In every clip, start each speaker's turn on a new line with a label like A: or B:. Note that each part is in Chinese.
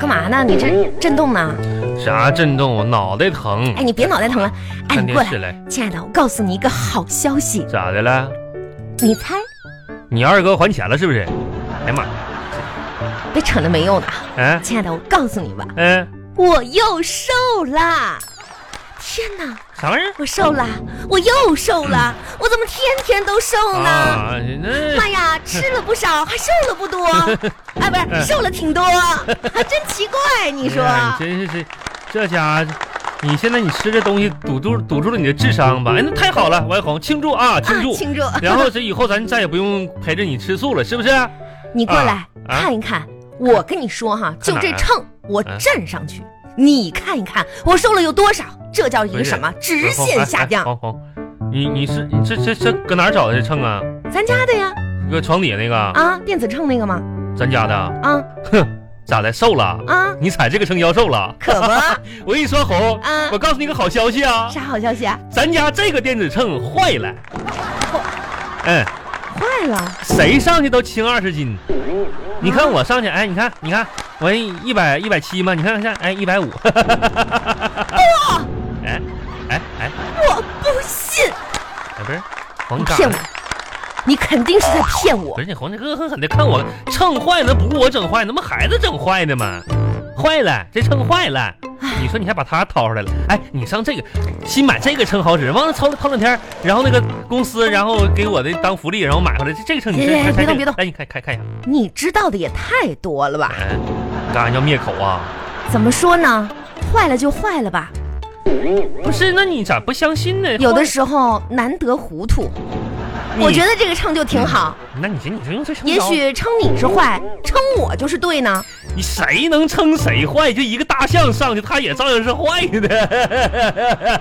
A: 啥呢？你这震动呢？
B: 啥震动？我脑袋疼
A: 哎，。你别脑袋疼了，哎，
B: 看
A: 你过
B: 电视
A: 来，
B: 来，
A: 亲爱的，我告诉你一个好消息，
B: 咋的了？
A: 你猜？
B: 你二哥还钱了是不是？哎呀妈，
A: 别扯那没用的啊！
B: 哎
A: 亲爱的，我告诉你吧，
B: 哎，
A: 我又瘦啦！天哪，
B: 啥玩意儿？
A: 我瘦啦，我又瘦啦，我怎么天天都瘦呢？
B: 啊，那
A: 妈呀，吃了不少，还瘦了不 多，哎，不是瘦了挺多，还真奇怪，你说？
B: 哎呀你真是这这家伙，你现在你吃这东西堵住堵住了你的智商吧？哎，那太好了，王小红，庆祝啊，庆祝！
A: 啊，庆祝！
B: 然后这以后咱再也不用陪着你吃素了，是不是？
A: 你过来
B: 啊啊
A: 看一看，我跟你说哈，就
B: 看哪儿
A: 这
B: 啊
A: 秤我站上去，你看一看我瘦了有多少，这叫一
B: 不
A: 个
B: 是
A: 什么直线下降？
B: 王红，哎哎王红你你是你这这这搁哪儿找的这秤啊？
A: 咱家的呀，
B: 搁床底下那个？
A: 啊，电子秤那个吗？
B: 咱家的？
A: 啊
B: 哼，咋的？瘦了？
A: 啊，
B: 你踩这个秤腰瘦了？
A: 可 不，
B: 我跟你说，红，
A: 啊
B: 我告诉你个好消息啊，
A: 啥好消息啊？
B: 咱家这个电子秤坏了。
A: 哦
B: 嗯，
A: 坏了，
B: 谁上去都轻二十斤。
A: 嗯
B: 你看我上去，哎，你看，你看，我一百一百七嘛，你看看，哎，一百五。 哎哎哎
A: 我不信，
B: 哎，不是，红
A: 你
B: 干
A: 骗我，你肯定是在骗我
B: 不。是你红，你恶狠狠的看我秤坏了，不是我整坏，那不孩子整坏的吗？坏了，这秤坏了。你说你还把它掏出来了？哎，你上这个新买这个秤好使，忘了掏掏两天，然后那个公司然后给我的当福利，然后买回来这这个秤你
A: 哎哎哎
B: 是
A: 别动别动
B: 来你看看看一下，
A: 你知道的也太多了吧？
B: 哎，你干啥要灭口啊？
A: 怎么说呢？坏了就坏了吧，
B: 不是，那你咋不相信呢？
A: 有的
B: 哎坏
A: 时候难得糊涂。
B: 你
A: 我觉得这个秤就挺好，
B: 那你行，你就用这秤
A: 也
B: 刀
A: 许称你是坏，称我就是对呢。
B: 你谁能称谁坏？就一个大象上去，它也照样是坏的。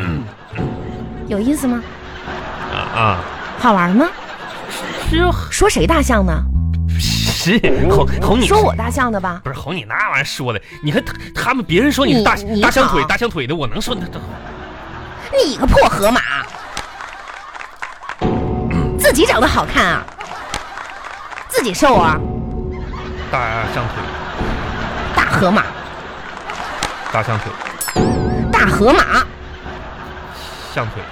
A: 有意思吗？
B: 啊啊！
A: 好玩吗？
B: 是
A: 说谁大象呢？
B: 是哄哄你
A: 说我大象的吧？
B: 不是哄你那玩意儿说的，你看他他们别人说你是大
A: 你你
B: 大象
A: 好
B: 腿大象腿的，我能说你这
A: 你个破河马，自己长得好看啊，自己瘦啊，
B: 大象腿
A: 大河马，
B: 大象腿
A: 大河马，
B: 象腿。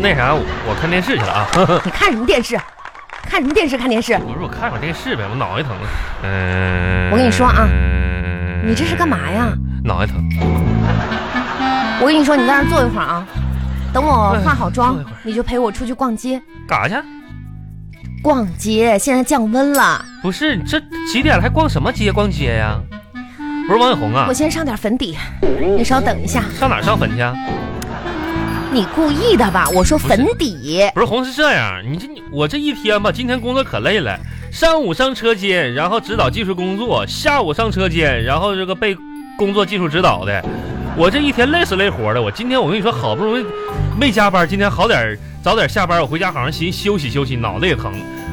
B: 那啥，我我看电视去了啊！
A: 你看什么电视？看什么电视？看电视？
B: 不是我看会儿电视呗，我脑袋疼。嗯，
A: 我跟你说啊，你这是干嘛呀？
B: 脑袋疼。
A: 我跟你说，你在那儿坐一会儿啊，等我化好妆
B: 哎坐一会儿，
A: 你就陪我出去逛街。
B: 干啥去？
A: 逛街，现在降温了，
B: 不是这几点了还逛什么街逛街呀？不是王小红啊
A: 我，先上点粉底，你稍等一下。
B: 上哪儿上粉去啊？
A: 你故意的吧？我说
B: 是
A: 粉底，
B: 不是红是这样，你这我这一天吧，今天工作可累了。上午上车间，然后指导技术工作；下午上车间，然后这个被工作技术指导的。我这一天累死累活的。我今天我跟你说，好不容易没加班，今天好点儿早点下班，我回家好好寻休息休息，脑袋也疼。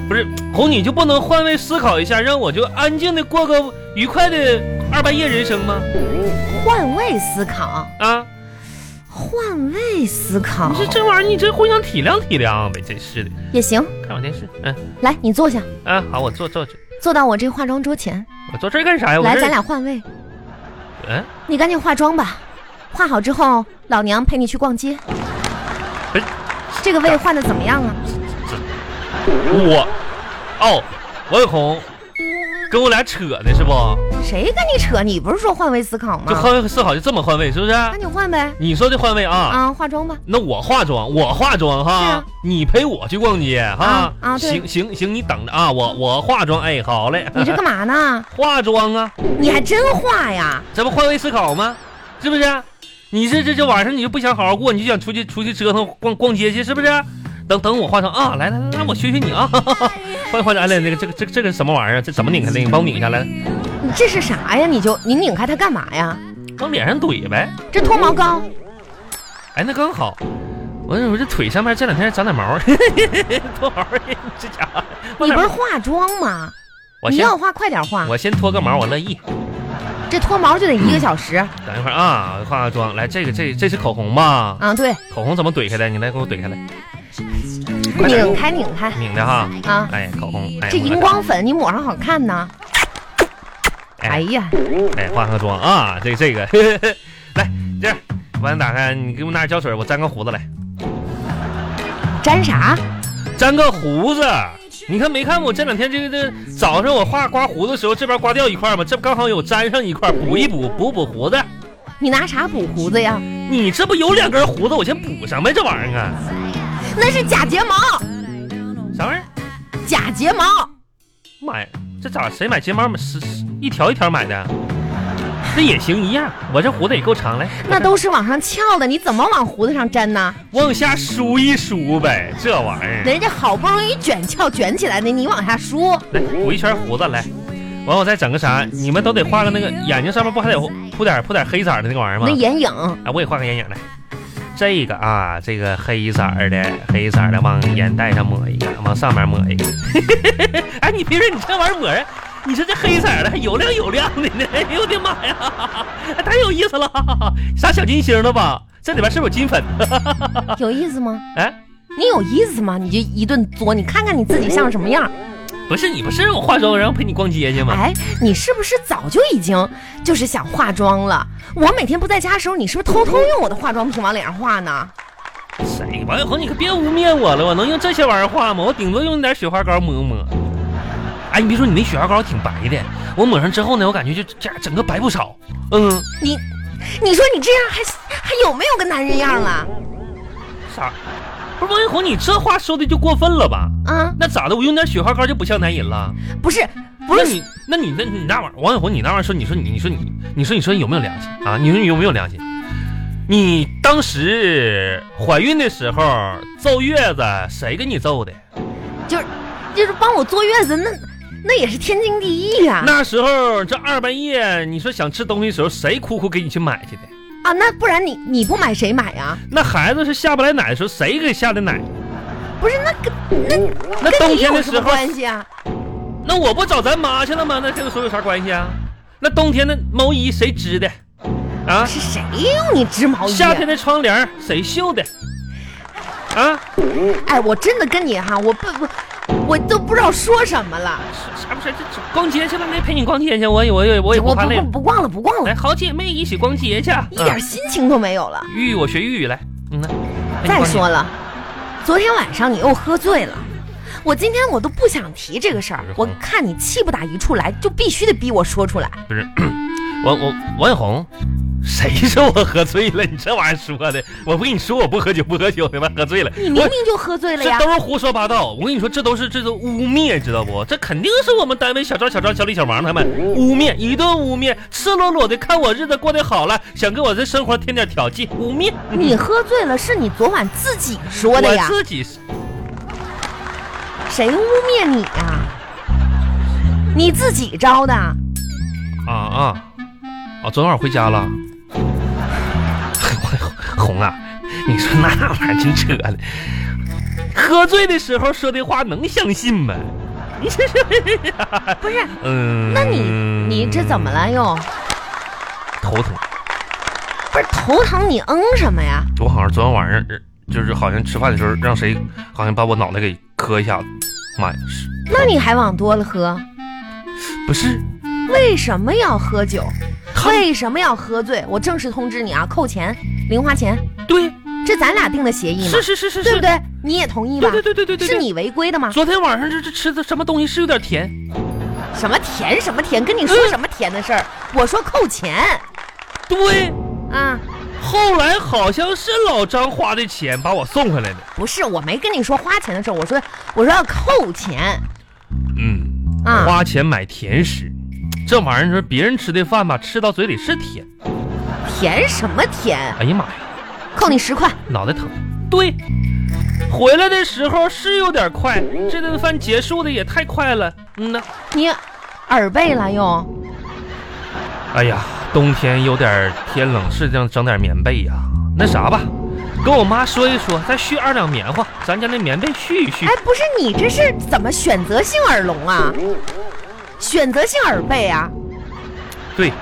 B: 不是红，你就不能换位思考一下，让我就安静的过个愉快的二半夜人生吗？
A: 换位思考，
B: 啊，
A: 换位思考
B: 你说这玩意儿，你这互相体谅体谅呗，真是的。
A: 也行。
B: 看会儿电视，嗯、
A: 来，你坐下，
B: 啊，好，我坐坐这，
A: 坐到我这化妆桌前。
B: 我坐这儿干啥呀？哎我
A: 来，
B: 这
A: 咱俩换位。
B: 嗯，
A: 你赶紧化妆吧，化好之后，老娘陪你去逛街
B: 不是。
A: 这个位换的怎么样啊？
B: 我，哦，王小红，跟我俩扯呢是不？
A: 谁跟你扯？你不是说换位思考
B: 就
A: 吗？
B: 换位思考就这么换位是不是？
A: 那你换呗。
B: 你说的换位啊？
A: 啊，化妆吧。
B: 那我化妆，我化妆哈，
A: 是啊
B: 你陪我去逛街哈。
A: 啊啊对
B: 行行行，你等着啊，我我化妆，哎，好嘞。
A: 你这干嘛呢？
B: 化妆啊，
A: 你还真化呀？
B: 这不换位思考吗？是不是？你这这这晚上你就不想好好过，你就想出去出去折腾逛逛街去，是不是？等等我化妆啊，来来来来，我学学 你
A: 哎
B: 啊，换换妆，哎来那个这个这个这个什么玩意儿？这怎么拧开？那个帮我拧一下来，
A: 你这是啥呀？你就你拧开它干嘛呀？
B: 往脸上怼呗。
A: 这脱毛膏
B: 哎，那刚好。我我这腿上面这两天长点毛， 脱毛儿，这家伙。
A: 你不是化妆吗？
B: 我
A: 你
B: 先
A: 要化快点化，
B: 我先脱个毛，我乐意。
A: 这脱毛就得一个小时、
B: 等一会儿啊，我化个妆。来，这个这这是口红吧？
A: 啊！对，
B: 口红怎么怼开的？你来给我怼开来。快点
A: 拧开拧开
B: 拧的哈，
A: 啊！
B: 哎，口红，哎，
A: 这
B: 抹个
A: 荧光粉你抹上好看呢。哎
B: 哎
A: 呀，
B: 哎，化个妆啊，这个这个，来这样，完了打开，你给我拿点胶水，我粘个胡子来，
A: 粘啥？
B: 粘个胡子。你看没看我这两天这个这早上我画刮胡子的时候，这边刮掉一块吗？这不刚好有粘上一块，补一补，补补胡子。
A: 你拿啥补胡子呀？
B: 你这不有两根胡子，我先补上呗，这玩意儿啊，
A: 那是假睫毛，
B: 啥玩意儿？
A: 假睫毛。
B: 妈呀，这咋谁买睫毛买是是一条一条买的？这也行一样，我这胡子也够长嘞，
A: 那都是往上翘的，你怎么往胡子上粘呢？
B: 往下梳一梳呗，这玩意儿。
A: 人家好不容易卷翘卷起来的，你往下梳，
B: 来补一圈胡子来，完我再整个啥？你们都得画个那个眼睛上面不还得铺点铺点黑色的那个玩意儿
A: 那
B: 吗？
A: 眼影
B: 啊，我也画个眼影来。这个啊，这个黑色儿的，黑色儿的往眼袋上抹一个，往上面抹一个。 哎，你别说你这玩意儿抹呀，你说这黑色儿的还有亮有亮的呢，哎呦我的妈呀，太有意思了！啥小金星了吧？这里边是不是有金粉？
A: 有意思吗？
B: 哎，
A: 你有意思吗？你就一顿作，你看看你自己像什么样？
B: 不是你不是让我化妆，然后陪你逛街去吗？
A: 哎，你是不是早就已经就是想化妆了？我每天不在家的时候，你是不是偷偷用我的化妆品往脸上画呢？
B: 谁？王小红，你可别污蔑我了，我能用这些玩意儿画吗？我顶多用点雪花膏抹一抹。哎，你别说，你那雪花膏挺白的，我抹上之后呢，我感觉就这样整个白不少。嗯，
A: 你，你说你这样还还有没有个男人样了？
B: 啥？不是王小红，你这话说的就过分了吧？
A: 啊，
B: 那咋的？我用点雪花膏就不像男人了？
A: 不是，不
B: 那
A: 是，
B: 你，那你那你那玩意儿，王小红，你那玩意儿说，你说你，你说你，你说你说你有没有良心啊？你说你有没有良心？你当时怀孕的时候坐月子，谁给你揍的？
A: 就是就是帮我坐月子，那那也是天经地义啊。
B: 那时候这二半夜，你说想吃东西的时候，谁苦苦给你去买去的？
A: 啊，那不然你你不买啊谁买呀、
B: 那孩子是下不来奶的时候，谁给下的奶？
A: 不是，那跟那
B: 那
A: 跟
B: 冬
A: 你
B: 天
A: 有
B: 的
A: 什
B: 时
A: 么
B: 候，
A: 关系啊？
B: 那我不找咱妈去了吗？那这个时候有啥关系啊？那冬天的毛衣谁织的？啊，
A: 是谁用你织毛衣？啊
B: 夏天的窗帘谁绣的？啊，
A: 哎，我真的跟你哈，我不不，我都不知道说什么了。
B: 啥不是？这这逛街去了，没陪你逛街去，我也我也我也不
A: 我
B: 怕
A: 不
B: 累
A: 不。不逛了，不逛了，
B: 来，好姐妹一起逛街去。啊
A: 一点心情都没有了。
B: 玉玉，我学玉玉来。嗯呐，陪你
A: 再
B: 逛街
A: 说了，昨天晚上你又喝醉了，我今天我都不想提这个事儿
B: 不是。
A: 我看你气不打一处来，就必须得逼我说出来。
B: 不是， 王王王小红，谁说我喝醉了？你这玩意儿说的，我不跟你说我不喝酒，不喝酒的吗？喝醉了，
A: 你明
B: 我
A: 明就喝醉了
B: 这
A: 呀！
B: 都是胡说八道。我跟你说，这都是这都污蔑，知道不？这肯定是我们单位小赵、小张、小李、小王他们污蔑，一顿污蔑，赤裸裸的看我日子过得好了，想给我这生活添点调剂，污蔑。
A: 你喝醉了是你昨晚自己说
B: 我
A: 的呀，
B: 自己
A: 谁污蔑你呀、啊你自己招的。
B: 啊啊啊！昨天晚上回家了。 红啊，你说那玩意儿真扯了。喝醉的时候说的话能相信吗？你这是
A: 不是，
B: 嗯？
A: 那你你这怎么了又？
B: 头疼？
A: 不是头疼你嗯什么呀？
B: 我好像昨天晚上就是好像吃饭的时候让谁好像把我脑袋给磕一下子。妈呀，是
A: 那你还往多了喝？
B: 不是？
A: 为什么要喝酒？
B: 他
A: 为什么要喝醉？我正式通知你啊，扣钱，零花钱，
B: 对，
A: 这咱俩定的协议嘛
B: 是，是是是是，
A: 对不对？你也同意吧
B: 对？对对对对对，
A: 是你违规的吗？
B: 昨天晚上这这吃的什么东西是有点甜，
A: 什么甜什么甜，跟你说
B: 嗯
A: 什么甜的事儿？我说扣钱
B: 对。
A: 啊，
B: 后来好像是老张花的钱把我送回来的。
A: 不是，我没跟你说花钱的事儿，我说我说要扣钱
B: 嗯，
A: 啊。
B: 花钱买甜食，这玩意儿你说别人吃的饭吧，吃到嘴里是甜。
A: 甜什么甜？
B: 哎呀妈呀，
A: 扣你十块。
B: 脑袋疼。对，回来的时候是有点快，这顿饭结束的也太快了。嗯呐，
A: 你耳背了
B: 嗯
A: 又？
B: 哎呀，冬天有点天冷，是这样整点棉被呀、那啥吧，跟我妈说一说，再续二两棉花，咱家那棉被续一续
A: 哎。，不是你这是怎么选择性耳聋啊？选择性耳背啊？
B: 对，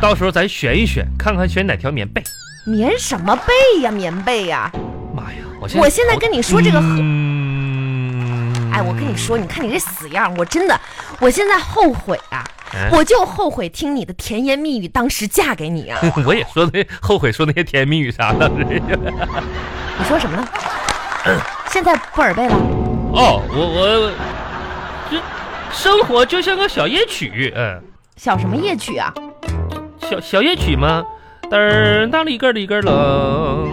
B: 到时候咱选一选，看看选哪条棉被。
A: 棉什么被呀？棉被呀？
B: 妈呀，我现在
A: 我现在跟你说这个喝，
B: 嗯
A: 哎，我跟你说，你看你这死样儿，我真的，我现在后悔啊，
B: 哎
A: 我就后悔听你的甜言蜜语，当时嫁给你啊！
B: 我也说那后悔说那些甜言蜜语啥的。
A: 你说什么呢？ 现在不耳背了，
B: 哦，我我这生活就像个小夜曲，嗯，
A: 小什么夜曲啊？
B: 小小夜曲吗？嘚儿，那里个里个冷，